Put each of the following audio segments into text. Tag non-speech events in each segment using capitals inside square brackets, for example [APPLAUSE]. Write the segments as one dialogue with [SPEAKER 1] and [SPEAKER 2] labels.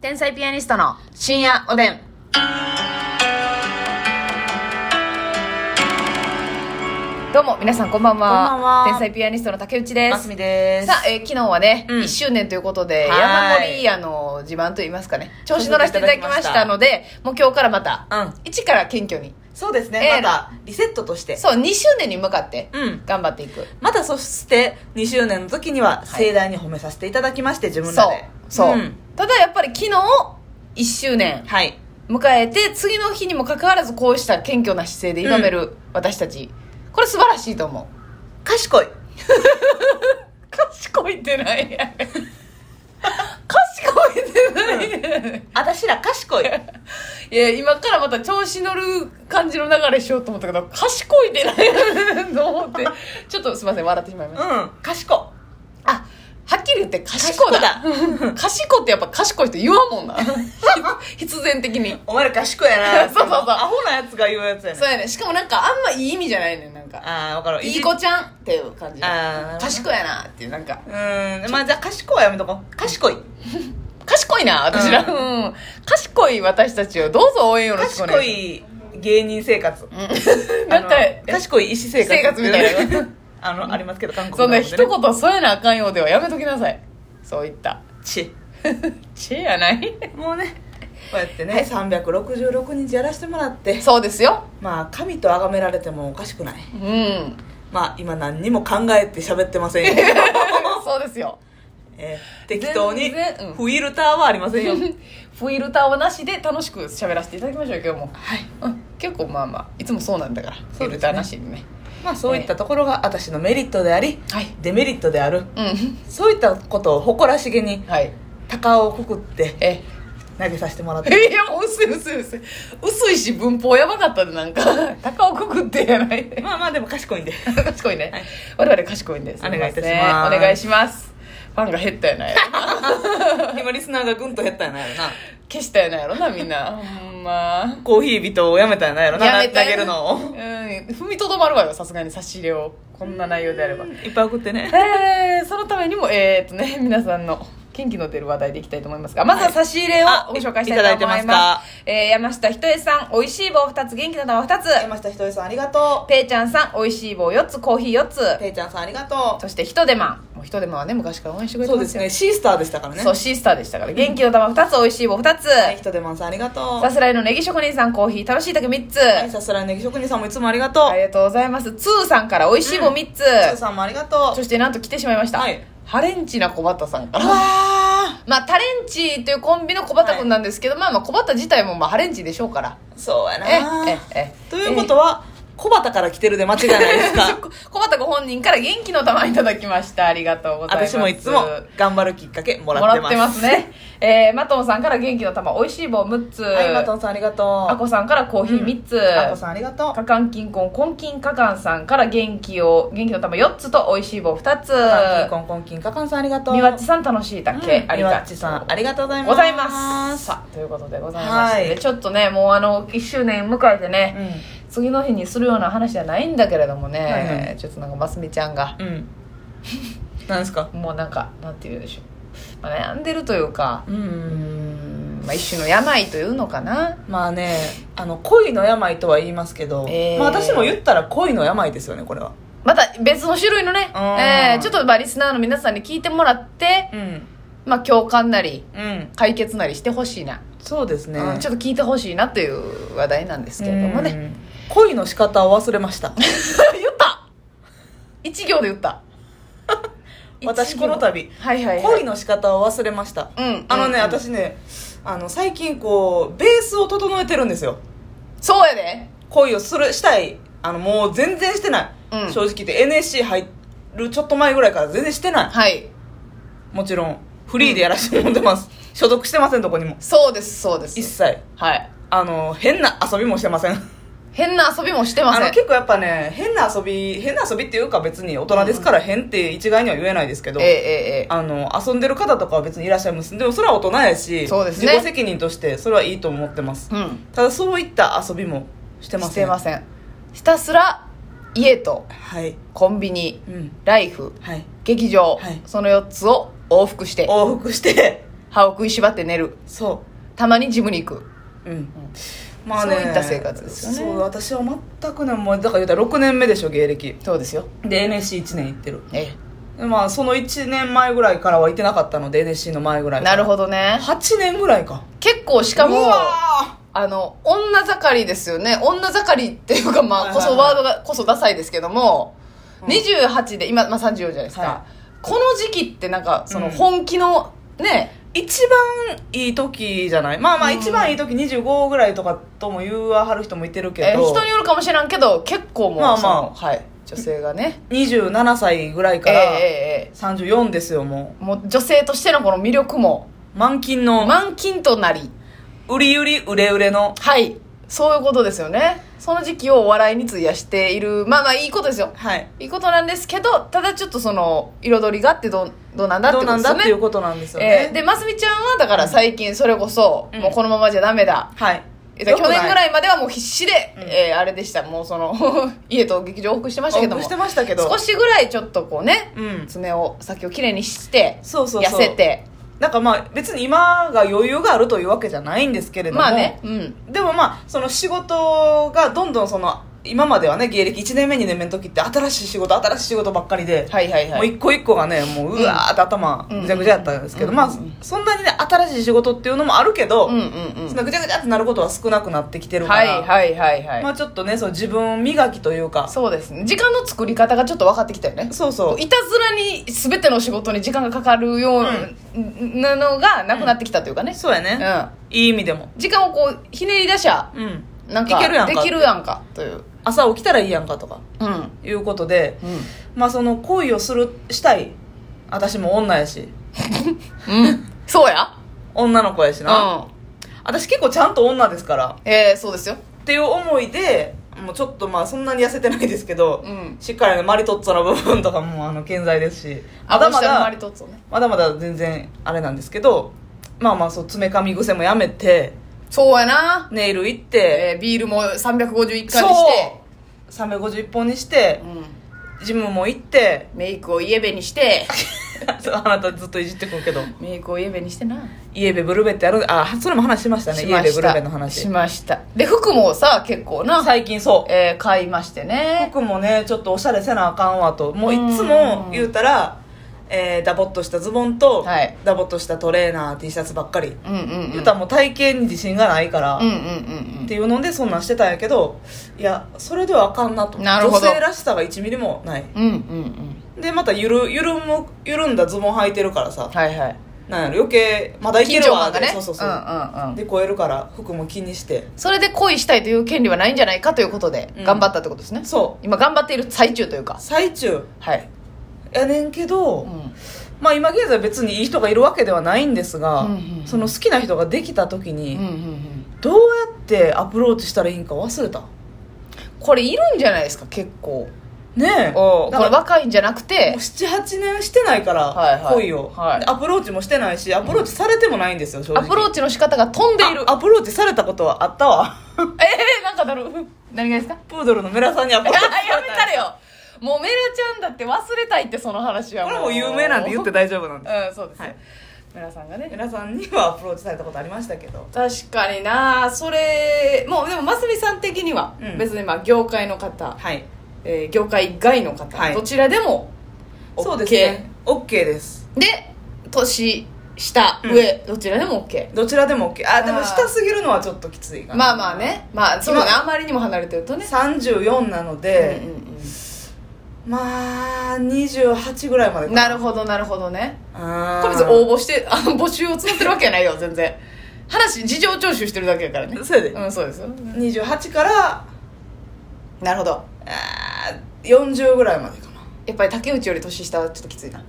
[SPEAKER 1] 天才ピアニストの深夜おでん。どうも皆さんこんばんは。
[SPEAKER 2] こんばんは
[SPEAKER 1] 天才ピアニストの竹内です。
[SPEAKER 2] ますみです。
[SPEAKER 1] さあ、えー昨日はね、
[SPEAKER 2] うん
[SPEAKER 1] 1周年ということで、
[SPEAKER 2] はい
[SPEAKER 1] 山盛り屋の自慢といいますかね、調子乗らせていただきましたので、もう今日からまた、
[SPEAKER 2] うん
[SPEAKER 1] 一から謙虚に。
[SPEAKER 2] そうです
[SPEAKER 1] え
[SPEAKER 2] ね
[SPEAKER 1] ー。
[SPEAKER 2] また、リセットとして。
[SPEAKER 1] そう、2周年に向かって、
[SPEAKER 2] うん
[SPEAKER 1] 頑張っていく。
[SPEAKER 2] またそして、2周年の時には、盛大に褒めさせていただきまして、自分
[SPEAKER 1] そ
[SPEAKER 2] ら
[SPEAKER 1] う
[SPEAKER 2] で。。
[SPEAKER 1] そう。
[SPEAKER 2] ん
[SPEAKER 1] ただやっぱり昨日、1周年
[SPEAKER 2] はい。
[SPEAKER 1] 迎えて、次の日にもかかわらずこうした謙虚な姿勢で挑める私たち。これ素晴らしいと思う。
[SPEAKER 2] 賢い。
[SPEAKER 1] 賢いってないや賢いってないやねん
[SPEAKER 2] 私ら
[SPEAKER 1] [LAUGHS]
[SPEAKER 2] 賢い。
[SPEAKER 1] いや今からまた調子乗る感じの流れしようと思ったけど賢いでないよねと思ってちょっとすいません笑ってしまいました、
[SPEAKER 2] うん。賢。
[SPEAKER 1] あはっきり言って賢いだ [LAUGHS]
[SPEAKER 2] 賢
[SPEAKER 1] 賢ってやっぱ賢い人言わんもんな [LAUGHS] 必然的に
[SPEAKER 2] お前ら賢いやな。
[SPEAKER 1] [LAUGHS] そうそうそう
[SPEAKER 2] アホなやつが言うやつやね
[SPEAKER 1] そうやねしかもなんかあんまいい意味じゃないねんなんか
[SPEAKER 2] ああ、わかる。
[SPEAKER 1] いい子ちゃんっていう感じ
[SPEAKER 2] あー
[SPEAKER 1] 賢いやなっていうなんか
[SPEAKER 2] うーん。まあじゃあ、賢はやめとこう。賢い。
[SPEAKER 1] 賢いな私ら、うん賢い私たちをどうぞ応援よろしくお
[SPEAKER 2] 賢
[SPEAKER 1] 願いし
[SPEAKER 2] い芸人生活。
[SPEAKER 1] ますうんなんか
[SPEAKER 2] あの賢い医師生活。
[SPEAKER 1] 生活みたいな。
[SPEAKER 2] [LAUGHS] あの、ありますけど、韓国
[SPEAKER 1] そん
[SPEAKER 2] の
[SPEAKER 1] な
[SPEAKER 2] 方でね
[SPEAKER 1] 一言添えなあかんようではやめときなさいそういった
[SPEAKER 2] ち。
[SPEAKER 1] 知恵やない
[SPEAKER 2] もうねこうやってね366日やらせてもらって
[SPEAKER 1] そうですよ
[SPEAKER 2] まあ神と崇められてもおかしくない
[SPEAKER 1] うん
[SPEAKER 2] まあ今何にも考えて喋ってま
[SPEAKER 1] [LAUGHS]
[SPEAKER 2] せんよ、
[SPEAKER 1] そうですよ
[SPEAKER 2] えー適当に
[SPEAKER 1] 全然うん
[SPEAKER 2] フィルターはありません
[SPEAKER 1] [LAUGHS]
[SPEAKER 2] よ
[SPEAKER 1] フィルターはなしで楽しく喋らせていただきましょう今日も、
[SPEAKER 2] はい
[SPEAKER 1] うん、結構まあまあいつもそうなんだから、フ
[SPEAKER 2] そ
[SPEAKER 1] ィ
[SPEAKER 2] うで
[SPEAKER 1] ル
[SPEAKER 2] すね
[SPEAKER 1] ターなしでね
[SPEAKER 2] まあそういったところが私のメリットであり
[SPEAKER 1] はい
[SPEAKER 2] デメリットである
[SPEAKER 1] うん
[SPEAKER 2] そういったことを誇らしげに
[SPEAKER 1] はい
[SPEAKER 2] 鷹をくくって
[SPEAKER 1] え
[SPEAKER 2] 投げさせてもらっ
[SPEAKER 1] [LAUGHS]
[SPEAKER 2] て
[SPEAKER 1] いやもう薄い薄い薄い薄いし文法やばかったでなんか [LAUGHS] 高をくくってやないで
[SPEAKER 2] まあまあでも賢いんで
[SPEAKER 1] [LAUGHS] 賢いね、
[SPEAKER 2] はい
[SPEAKER 1] 我々賢いんです
[SPEAKER 2] お願いいたします
[SPEAKER 1] みせんお願いしますファンが減ったやない
[SPEAKER 2] 今リスナーがぐんと減ったんやなやろな
[SPEAKER 1] 消したやないやろなみん [LAUGHS] なほんま
[SPEAKER 2] コーヒー人をやめたんやなやろな
[SPEAKER 1] やめて
[SPEAKER 2] 投げるの
[SPEAKER 1] うん [LAUGHS]
[SPEAKER 2] を
[SPEAKER 1] 踏みとどまるわよさすがに差し入れをこんな内容であれば
[SPEAKER 2] いっぱい送ってね
[SPEAKER 1] えー、そのためにもえー、っとね皆さんの元気の出る話題でいきたいと思いますがまずは差し入れを
[SPEAKER 2] あ
[SPEAKER 1] ご紹介したいと思います
[SPEAKER 2] いただいてますか
[SPEAKER 1] えー山下ひとえさんおいしい棒2つ元気な玉2つ
[SPEAKER 2] [LAUGHS] 山下ひとりさんありがと
[SPEAKER 1] ぺいちゃんさんおいしい棒4つコーヒー4つ
[SPEAKER 2] うペイちゃんさんありがとう
[SPEAKER 1] そしてひとでまんもうひとでまんはね昔から応援してくれて
[SPEAKER 2] そう
[SPEAKER 1] ま
[SPEAKER 2] ですす
[SPEAKER 1] よ
[SPEAKER 2] ねシースターでしたからね
[SPEAKER 1] そうシースターでしたから元気の玉2つおいしい棒2つ
[SPEAKER 2] はいひとでまんさんありがとう
[SPEAKER 1] さすらいのネギ職人さんコーヒー楽しいだけ3つ
[SPEAKER 2] はいさすらいねぎ職人さんもいつもありがとう
[SPEAKER 1] ありがとうございますつーさんからおいしい棒3つ、
[SPEAKER 2] つーさんもありがとう
[SPEAKER 1] そしてなんと来てしまいました、
[SPEAKER 2] はい
[SPEAKER 1] ハレンチな小畑さんか
[SPEAKER 2] う
[SPEAKER 1] ら
[SPEAKER 2] わあ
[SPEAKER 1] まあタレンチというコンビの小畑君なんですけど、まあまあ小畑自体もまあハレンチでしょうから
[SPEAKER 2] そうやな
[SPEAKER 1] えええ
[SPEAKER 2] ということは小畑から来てるで間違いないです [LAUGHS] か
[SPEAKER 1] [LAUGHS] 小畑ご本人から元気の玉いただきましたありがとうございます
[SPEAKER 2] 私もいつも頑張るきっかけもらってます
[SPEAKER 1] ねえー、マトンさんから元気の玉おいしい棒6つ、
[SPEAKER 2] はいマトンさんありがとう
[SPEAKER 1] あこさんからコーヒー3つ、
[SPEAKER 2] あこさんありがとう
[SPEAKER 1] かかんきんこんこんきんかかんさんから元気を元気の玉4つとおいしい棒2つ
[SPEAKER 2] カンキンコンコンキンカカンさんありがとう
[SPEAKER 1] みわっちさん楽しいだけ、
[SPEAKER 2] あ
[SPEAKER 1] あ
[SPEAKER 2] り
[SPEAKER 1] りが
[SPEAKER 2] が
[SPEAKER 1] と
[SPEAKER 2] ち
[SPEAKER 1] う
[SPEAKER 2] さんありがとうございます
[SPEAKER 1] ございますさあということでございますので、
[SPEAKER 2] はい
[SPEAKER 1] ちょっとねもうあの1周年迎えてね、
[SPEAKER 2] う
[SPEAKER 1] 次の日にするような話じゃないんだけれどもね、
[SPEAKER 2] はいは
[SPEAKER 1] ちょっとなんかますみちゃんが
[SPEAKER 2] んうん [LAUGHS] 何ですか
[SPEAKER 1] もうなんかなんて言うでしょう、まあ、悩んでるというか
[SPEAKER 2] う
[SPEAKER 1] うんん、まあ、一種の病というのかな
[SPEAKER 2] まあねあの恋の病とは言いますけど、
[SPEAKER 1] えー
[SPEAKER 2] まあ、私も言ったら恋の病ですよねこれは
[SPEAKER 1] また別の種類のね、
[SPEAKER 2] うん
[SPEAKER 1] えーちょっとまあリスナーの皆さんに聞いてもらって、
[SPEAKER 2] うん
[SPEAKER 1] まあ、共感なり
[SPEAKER 2] うん
[SPEAKER 1] 解決なりしてほしいな、
[SPEAKER 2] そうですね、
[SPEAKER 1] うんちょっと聞いてほしいなという話題なんですけれどもね、
[SPEAKER 2] うん恋の仕方を忘れました
[SPEAKER 1] [LAUGHS] 言った一行で言った
[SPEAKER 2] [LAUGHS] 私この度
[SPEAKER 1] はいはい、はい、
[SPEAKER 2] 恋の仕方を忘れました、
[SPEAKER 1] うん
[SPEAKER 2] あの
[SPEAKER 1] うん
[SPEAKER 2] ね、
[SPEAKER 1] うん
[SPEAKER 2] 私ねあの最近こうベースを整えてるんですよ
[SPEAKER 1] そうやで
[SPEAKER 2] 恋をするしたいあのもう全然してない、
[SPEAKER 1] うん
[SPEAKER 2] 正直言って NSC 入るちょっと前ぐらいから全然してない
[SPEAKER 1] はい
[SPEAKER 2] もちろんフリーでやらせてもらってます、所属してませんどこにも
[SPEAKER 1] そうですそうで
[SPEAKER 2] 一
[SPEAKER 1] す
[SPEAKER 2] 切
[SPEAKER 1] はい
[SPEAKER 2] あの変な遊びもしてません
[SPEAKER 1] 変な遊びもしてま
[SPEAKER 2] あ
[SPEAKER 1] せ
[SPEAKER 2] の
[SPEAKER 1] ん
[SPEAKER 2] 結構やっぱね変な遊び変な遊びっていうか別に大人ですから変って一概には言えないですけど、
[SPEAKER 1] えええええ
[SPEAKER 2] あの遊んでる方とかは別にいらっしゃいますでもそれは大人やし
[SPEAKER 1] そうですね
[SPEAKER 2] 自己責任としてそれはいいと思ってます
[SPEAKER 1] えうん
[SPEAKER 2] ただそういった遊びもしてま
[SPEAKER 1] し
[SPEAKER 2] せん
[SPEAKER 1] てませんひたすら家と
[SPEAKER 2] はい
[SPEAKER 1] コンビニ
[SPEAKER 2] うん
[SPEAKER 1] ライフ
[SPEAKER 2] はい
[SPEAKER 1] 劇場、
[SPEAKER 2] はい
[SPEAKER 1] その4つを往復して
[SPEAKER 2] 往復して
[SPEAKER 1] 歯を食いしばって寝る
[SPEAKER 2] そ
[SPEAKER 1] たまにジムに行く
[SPEAKER 2] ううん
[SPEAKER 1] そういった生活ですよね
[SPEAKER 2] そう私は全くねもうだから言うたら6年目でしょ芸歴
[SPEAKER 1] そうですよ
[SPEAKER 2] で NSC1 年行ってる
[SPEAKER 1] え
[SPEAKER 2] でまあその1年前ぐらいからは行ってなかったので NSC の前ぐら
[SPEAKER 1] え
[SPEAKER 2] い
[SPEAKER 1] なる
[SPEAKER 2] ど
[SPEAKER 1] ほどね
[SPEAKER 2] 8年ぐらいか
[SPEAKER 1] 結構しか
[SPEAKER 2] う
[SPEAKER 1] も
[SPEAKER 2] わ
[SPEAKER 1] あの女盛りですよね女盛りっていうかまあこそ
[SPEAKER 2] は
[SPEAKER 1] ワ
[SPEAKER 2] いはいはい
[SPEAKER 1] ードがこそダサいですけども、
[SPEAKER 2] うん
[SPEAKER 1] 28で今、まあ、34じゃないですか、
[SPEAKER 2] は
[SPEAKER 1] この時期ってなんかその
[SPEAKER 2] うん
[SPEAKER 1] 本気のね、
[SPEAKER 2] ー一番いい時じゃないまあまあ
[SPEAKER 1] うん
[SPEAKER 2] 一番いい時25ぐらいとかとも言わはる人もいてるけど、
[SPEAKER 1] えー人によるかもしれんけど結構もう
[SPEAKER 2] まあまあ
[SPEAKER 1] そのはい、女性がね
[SPEAKER 2] 27歳ぐらい
[SPEAKER 1] え
[SPEAKER 2] か
[SPEAKER 1] え
[SPEAKER 2] ら
[SPEAKER 1] えええ
[SPEAKER 2] 34ですよも
[SPEAKER 1] えもう女性としてのこの魅力も
[SPEAKER 2] う満金の
[SPEAKER 1] 満金となり
[SPEAKER 2] 売り売り売れ売れの
[SPEAKER 1] はいそういうことですよねその時期をお笑いに費やしているまあまあいいことですよ
[SPEAKER 2] はい
[SPEAKER 1] いいことなんですけどただちょっとその彩りがあってどうどうなんだってこ
[SPEAKER 2] どう
[SPEAKER 1] と
[SPEAKER 2] な
[SPEAKER 1] で
[SPEAKER 2] ん
[SPEAKER 1] すよね
[SPEAKER 2] だっていうことなんですよ
[SPEAKER 1] え
[SPEAKER 2] ね、
[SPEAKER 1] ーでますみちゃんはだから最近それこそ、
[SPEAKER 2] うん
[SPEAKER 1] もうこのままじゃダメだ、
[SPEAKER 2] はい
[SPEAKER 1] えだから
[SPEAKER 2] よ
[SPEAKER 1] 去
[SPEAKER 2] くない
[SPEAKER 1] 年ぐらいまではもう必死で、
[SPEAKER 2] うん
[SPEAKER 1] えーあれでしたもうその [LAUGHS] 家と劇場往復してましたけど
[SPEAKER 2] 往
[SPEAKER 1] も
[SPEAKER 2] 復してましたけど
[SPEAKER 1] 少しぐらいちょっとこうね、
[SPEAKER 2] うん
[SPEAKER 1] 爪を先をきれいにして
[SPEAKER 2] そうそう
[SPEAKER 1] 痩
[SPEAKER 2] そう
[SPEAKER 1] せて
[SPEAKER 2] なんかまあ別に今が余裕があるというわけじゃないんですけれども
[SPEAKER 1] まあねうん
[SPEAKER 2] でもまあその仕事がどんどんその今まではね芸歴1年目2年目の時って新しい仕事新しい仕事ばっかりで、
[SPEAKER 1] はいはいはい
[SPEAKER 2] もう一個一個がねもううわーって頭
[SPEAKER 1] うん
[SPEAKER 2] ぐちゃぐちゃやったんですけど、
[SPEAKER 1] うん
[SPEAKER 2] まあそんなにね新しい仕事っていうのもあるけど、
[SPEAKER 1] うんうんう
[SPEAKER 2] そんなぐちゃぐちゃってなることは少なくなってきて
[SPEAKER 1] ん
[SPEAKER 2] るか
[SPEAKER 1] はい
[SPEAKER 2] ら、
[SPEAKER 1] はいはいはい、
[SPEAKER 2] まあちょっとねその自分磨きというか
[SPEAKER 1] そうですね時間の作り方がちょっと分かってきたよね
[SPEAKER 2] そうそう
[SPEAKER 1] いたずらに全ての仕事に時間がかかるようなのがなくなってきたというかね、
[SPEAKER 2] そうや
[SPEAKER 1] うん
[SPEAKER 2] ね、いい意味でも
[SPEAKER 1] 時間をこうひねり出しゃ
[SPEAKER 2] うん
[SPEAKER 1] なんか
[SPEAKER 2] いけるやんか
[SPEAKER 1] できるやんかという
[SPEAKER 2] 朝起きたらいいやんかとか
[SPEAKER 1] うん
[SPEAKER 2] いうことでまあその恋をするしたい私も女やし
[SPEAKER 1] うん、そうや
[SPEAKER 2] 女の子やし
[SPEAKER 1] う
[SPEAKER 2] な、
[SPEAKER 1] ん
[SPEAKER 2] 私結構ちゃんと女ですから
[SPEAKER 1] えー、そうですよ
[SPEAKER 2] っていう思いでもうちょっとまあそんなに痩せてないですけど、
[SPEAKER 1] うん
[SPEAKER 2] しっかりねマリトッツォの部分とかもあの健在ですしまだま
[SPEAKER 1] あの下のマ
[SPEAKER 2] だ
[SPEAKER 1] リトッツォね
[SPEAKER 2] まだまだ全然あれなんですけどまあまあそう爪噛み癖もやめて
[SPEAKER 1] そうやな、
[SPEAKER 2] ネイル行って、
[SPEAKER 1] えービールも351回にし
[SPEAKER 2] そう351本にして
[SPEAKER 1] て、うん、
[SPEAKER 2] ジムも行って [LAUGHS]
[SPEAKER 1] メイクをイエベにして
[SPEAKER 2] そうあなたずっといじってくるけど
[SPEAKER 1] [LAUGHS] メイクをイエベにしてな
[SPEAKER 2] イエベブルベってやるあそれも話しましたねイエベブルベの
[SPEAKER 1] し
[SPEAKER 2] 話
[SPEAKER 1] ましたで服もさ結構な、
[SPEAKER 2] 最近そう
[SPEAKER 1] えー買いましてね
[SPEAKER 2] 僕もねちょっとおしゃれせなあかんわともういつも言うたら、えーダボっとしたズボンと、
[SPEAKER 1] はい
[SPEAKER 2] ダボっとしたトレーナー T シャツばっかり、
[SPEAKER 1] うんうんうん
[SPEAKER 2] 言うたらもう体型に自信がないから、
[SPEAKER 1] うんう
[SPEAKER 2] っ
[SPEAKER 1] んうん
[SPEAKER 2] ていうのでそんなんしてたんやけどいやそれではあかんなと
[SPEAKER 1] なるほど
[SPEAKER 2] 女性らしさが1ミリもない
[SPEAKER 1] うんうんうんうん
[SPEAKER 2] でまたゆるゆるむ緩んだズボン履いてるからさ
[SPEAKER 1] はいはい
[SPEAKER 2] なんやろ余計まだいけるわ
[SPEAKER 1] 緊張感がね
[SPEAKER 2] そうそうそう、
[SPEAKER 1] んうんうん
[SPEAKER 2] で超えるから服も気にして
[SPEAKER 1] それで恋したいという権利はないんじゃないかということで
[SPEAKER 2] うん
[SPEAKER 1] 頑張ったってことですね、
[SPEAKER 2] そう
[SPEAKER 1] 今頑張っている最中というか
[SPEAKER 2] 最中
[SPEAKER 1] はい、
[SPEAKER 2] やねんけど、
[SPEAKER 1] うん、
[SPEAKER 2] まあ今現在別にいい人がいるわけではないんですが、
[SPEAKER 1] うんうんうん
[SPEAKER 2] その好きな人ができた時
[SPEAKER 1] う
[SPEAKER 2] に、
[SPEAKER 1] んうんうん
[SPEAKER 2] どうやってアプローチしたらいいんか忘れた
[SPEAKER 1] これいるんじゃないですか結構
[SPEAKER 2] ねえ
[SPEAKER 1] おこ
[SPEAKER 2] だか
[SPEAKER 1] れ
[SPEAKER 2] らも
[SPEAKER 1] 若いんじゃなく
[SPEAKER 2] う
[SPEAKER 1] て
[SPEAKER 2] 78年してないから、
[SPEAKER 1] はいはい
[SPEAKER 2] 恋を、
[SPEAKER 1] はい
[SPEAKER 2] でアプローチもしてないしアプローチされてもないんですよ正直
[SPEAKER 1] アプローチの仕方が飛んでいる
[SPEAKER 2] あアプローチされたことはあったわ
[SPEAKER 1] ええー、なんかだろう [LAUGHS] 何がですか
[SPEAKER 2] プードルのメラさんにアプローチされ
[SPEAKER 1] あやめた
[SPEAKER 2] れ
[SPEAKER 1] れよもうメラちゃんだって忘れたいってその話は
[SPEAKER 2] これはもう有名なんで言って大丈夫なんで
[SPEAKER 1] うんそうです、
[SPEAKER 2] はい
[SPEAKER 1] メラさんが
[SPEAKER 2] メ
[SPEAKER 1] ね
[SPEAKER 2] ラさんにはアプローチされたことありましたけど
[SPEAKER 1] 確かになそれもうでもますみさん的には、
[SPEAKER 2] うん
[SPEAKER 1] 別にまあ業界の方、
[SPEAKER 2] はい
[SPEAKER 1] えー業界外の方、
[SPEAKER 2] はい
[SPEAKER 1] どちらでも OK
[SPEAKER 2] そうですね OK です
[SPEAKER 1] で年下
[SPEAKER 2] うん
[SPEAKER 1] 上、どちらでも OK
[SPEAKER 2] どちらでも OK あで
[SPEAKER 1] あ
[SPEAKER 2] も
[SPEAKER 1] ー
[SPEAKER 2] 下すぎるのはちょっときついかな
[SPEAKER 1] まあまあねまあそうだね
[SPEAKER 2] 今
[SPEAKER 1] あまりにも離れてるとね、
[SPEAKER 2] 34なの
[SPEAKER 1] うん
[SPEAKER 2] で、
[SPEAKER 1] うん
[SPEAKER 2] まあ28ぐらいまで
[SPEAKER 1] うん
[SPEAKER 2] か
[SPEAKER 1] なるほどなるほどね
[SPEAKER 2] あ
[SPEAKER 1] これ別
[SPEAKER 2] ー
[SPEAKER 1] に応募してあの募集を募ってるわけやないよ全然話事情聴取してるだけやから [LAUGHS] ね
[SPEAKER 2] そうやで
[SPEAKER 1] うんそうですよね
[SPEAKER 2] 28から
[SPEAKER 1] なるほど
[SPEAKER 2] あー40ぐらいまでか
[SPEAKER 1] やっぱり竹内より年下はちょっときつい [LAUGHS] な
[SPEAKER 2] な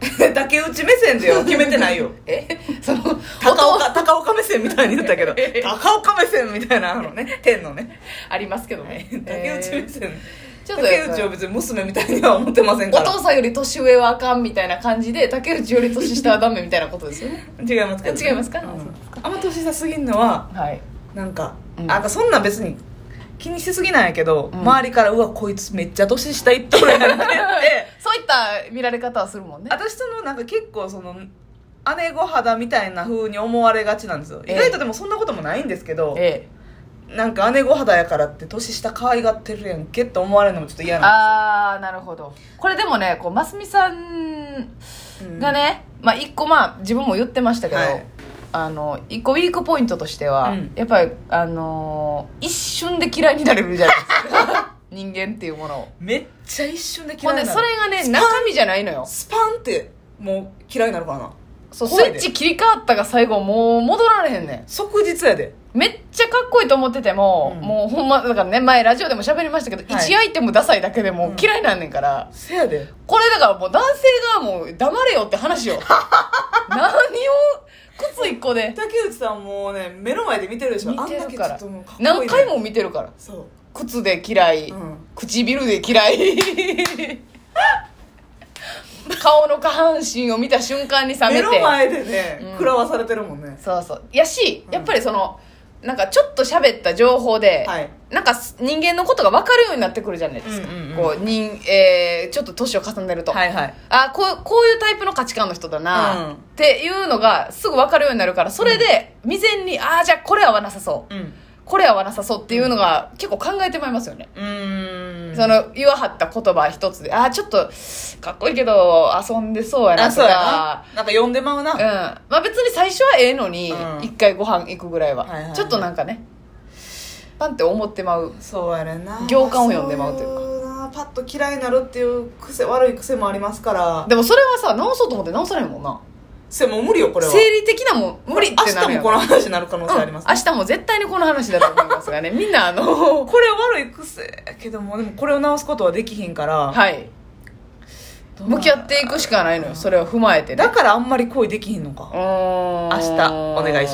[SPEAKER 2] [LAUGHS] 竹内目線でよ決めてないよ
[SPEAKER 1] えその
[SPEAKER 2] 高
[SPEAKER 1] [LAUGHS] 音
[SPEAKER 2] 岡高岡目線みたいに言っ
[SPEAKER 1] [LAUGHS]
[SPEAKER 2] たけど高岡目線みたいなのね天のね
[SPEAKER 1] ありますけどね
[SPEAKER 2] 竹内目線、
[SPEAKER 1] ちょっと
[SPEAKER 2] 竹
[SPEAKER 1] やっぱ
[SPEAKER 2] 内を別に娘みたいには思ってません
[SPEAKER 1] お
[SPEAKER 2] から
[SPEAKER 1] 父さんより年上はあかんみたいな感じで竹内より年下はダメみたいなことですよね
[SPEAKER 2] 違いますけどね、
[SPEAKER 1] 違いますか
[SPEAKER 2] うん
[SPEAKER 1] あそうで
[SPEAKER 2] あんま年下すぎんの
[SPEAKER 1] [LAUGHS]
[SPEAKER 2] は
[SPEAKER 1] はい
[SPEAKER 2] なんか、
[SPEAKER 1] う
[SPEAKER 2] あ
[SPEAKER 1] ん
[SPEAKER 2] なんかそんな別に気にしすぎないやけど、
[SPEAKER 1] うん
[SPEAKER 2] 周りから「うわこいつめっちゃ年
[SPEAKER 1] [LAUGHS]
[SPEAKER 2] 下 [LAUGHS] いっとるやん」って
[SPEAKER 1] そういった見られ方はするもんね
[SPEAKER 2] 私そのなんか結構その姉御肌みたいな風に思われがちなんですよ
[SPEAKER 1] ええ
[SPEAKER 2] 意外とでもそんなこともないんですけど、
[SPEAKER 1] ええ
[SPEAKER 2] なんか姉御肌やからって年下可愛がってるやんけって思われるのもちょっと嫌なん
[SPEAKER 1] ああなるほどこれでもねこうますみさん
[SPEAKER 2] ですよ、うん
[SPEAKER 1] がね、まあ一個まあ自分も言ってましたけど、
[SPEAKER 2] はい
[SPEAKER 1] あの一個ウィークポイントとしては、
[SPEAKER 2] うん
[SPEAKER 1] やっぱりあのー一瞬で嫌いになれるじゃないです
[SPEAKER 2] [LAUGHS]
[SPEAKER 1] か人間っていうものを
[SPEAKER 2] めっちゃ一瞬で嫌
[SPEAKER 1] ほ
[SPEAKER 2] い
[SPEAKER 1] ん
[SPEAKER 2] にな
[SPEAKER 1] で
[SPEAKER 2] る
[SPEAKER 1] それがね中身じゃないのよ
[SPEAKER 2] スパンってもう嫌いになるからな
[SPEAKER 1] そうス
[SPEAKER 2] 怖
[SPEAKER 1] イ
[SPEAKER 2] い
[SPEAKER 1] ッ
[SPEAKER 2] で
[SPEAKER 1] チ切り替わったが最後もう戻られへんね
[SPEAKER 2] 即日やで
[SPEAKER 1] んめっちゃかっこいいと思ってても、
[SPEAKER 2] うん
[SPEAKER 1] もうほんまだからね前ラジオでも喋りましたけど、
[SPEAKER 2] はい
[SPEAKER 1] 一アイテムダサいだけでも
[SPEAKER 2] うん
[SPEAKER 1] 嫌いなんねんから、
[SPEAKER 2] せやで
[SPEAKER 1] これだからもう男性がもう黙れよって話
[SPEAKER 2] [LAUGHS]
[SPEAKER 1] よ何を靴一個で
[SPEAKER 2] 竹内さんもうね目の前で見てるでしょ
[SPEAKER 1] 見てるから
[SPEAKER 2] あんだけちょっともうかっこいいね
[SPEAKER 1] 何回も見てるから
[SPEAKER 2] そ
[SPEAKER 1] 靴で嫌い、
[SPEAKER 2] う、うん、
[SPEAKER 1] 唇で嫌い顔の下半身を見た瞬間に冷
[SPEAKER 2] 目
[SPEAKER 1] め
[SPEAKER 2] の
[SPEAKER 1] て
[SPEAKER 2] 前でね
[SPEAKER 1] うん
[SPEAKER 2] 食らわされてるもんね、
[SPEAKER 1] そうそうやし
[SPEAKER 2] うん
[SPEAKER 1] やっぱりその、なんかちょっと喋った情報で、
[SPEAKER 2] はい
[SPEAKER 1] なんかす人間のことが分かるようになってくるじゃないですか、
[SPEAKER 2] うんうんうん
[SPEAKER 1] こう人、えーちょっと年を重ねると、
[SPEAKER 2] はいはい
[SPEAKER 1] あこうこういうタイプの価値観の人だな、
[SPEAKER 2] うん
[SPEAKER 1] っていうのがすぐ分かるようになるからそれで未然に、ああじゃあこれは合わなさそう
[SPEAKER 2] うん
[SPEAKER 1] これは合わなさそうっていうのが結構考えてまいりますよね、
[SPEAKER 2] うーん
[SPEAKER 1] その言わはった言葉一つでああちょっとかっこいいけど遊んでそうやな
[SPEAKER 2] あ
[SPEAKER 1] と
[SPEAKER 2] そうや
[SPEAKER 1] か
[SPEAKER 2] ななんか呼んでまうな、
[SPEAKER 1] うんまあ別に最初はええのに
[SPEAKER 2] うん
[SPEAKER 1] 一、回ご飯行くぐらいは,、
[SPEAKER 2] はいはい
[SPEAKER 1] ちょっとなんかねパンって思ってまう
[SPEAKER 2] そうやねんな
[SPEAKER 1] 行間を読んでまうというか
[SPEAKER 2] そうなパッと嫌いになるっていう癖悪い癖もありますから
[SPEAKER 1] でもそれはさ直そうと思って直さないもんな
[SPEAKER 2] せもう無理よこれは
[SPEAKER 1] 生理的なもん無理ってな
[SPEAKER 2] 明
[SPEAKER 1] る
[SPEAKER 2] 日
[SPEAKER 1] や
[SPEAKER 2] も
[SPEAKER 1] ん
[SPEAKER 2] この話になる可能性あります、ね
[SPEAKER 1] うん明日も絶対にこの話だと思いますが
[SPEAKER 2] [LAUGHS]
[SPEAKER 1] ねみんなあの
[SPEAKER 2] これ悪い癖やけどもでもこれを直すことはできひんから、
[SPEAKER 1] はい
[SPEAKER 2] どうな
[SPEAKER 1] 向き合っていくしかないのよそれを踏まえてね
[SPEAKER 2] だからあんまり恋できひんのか
[SPEAKER 1] 明日
[SPEAKER 2] 明日お願いし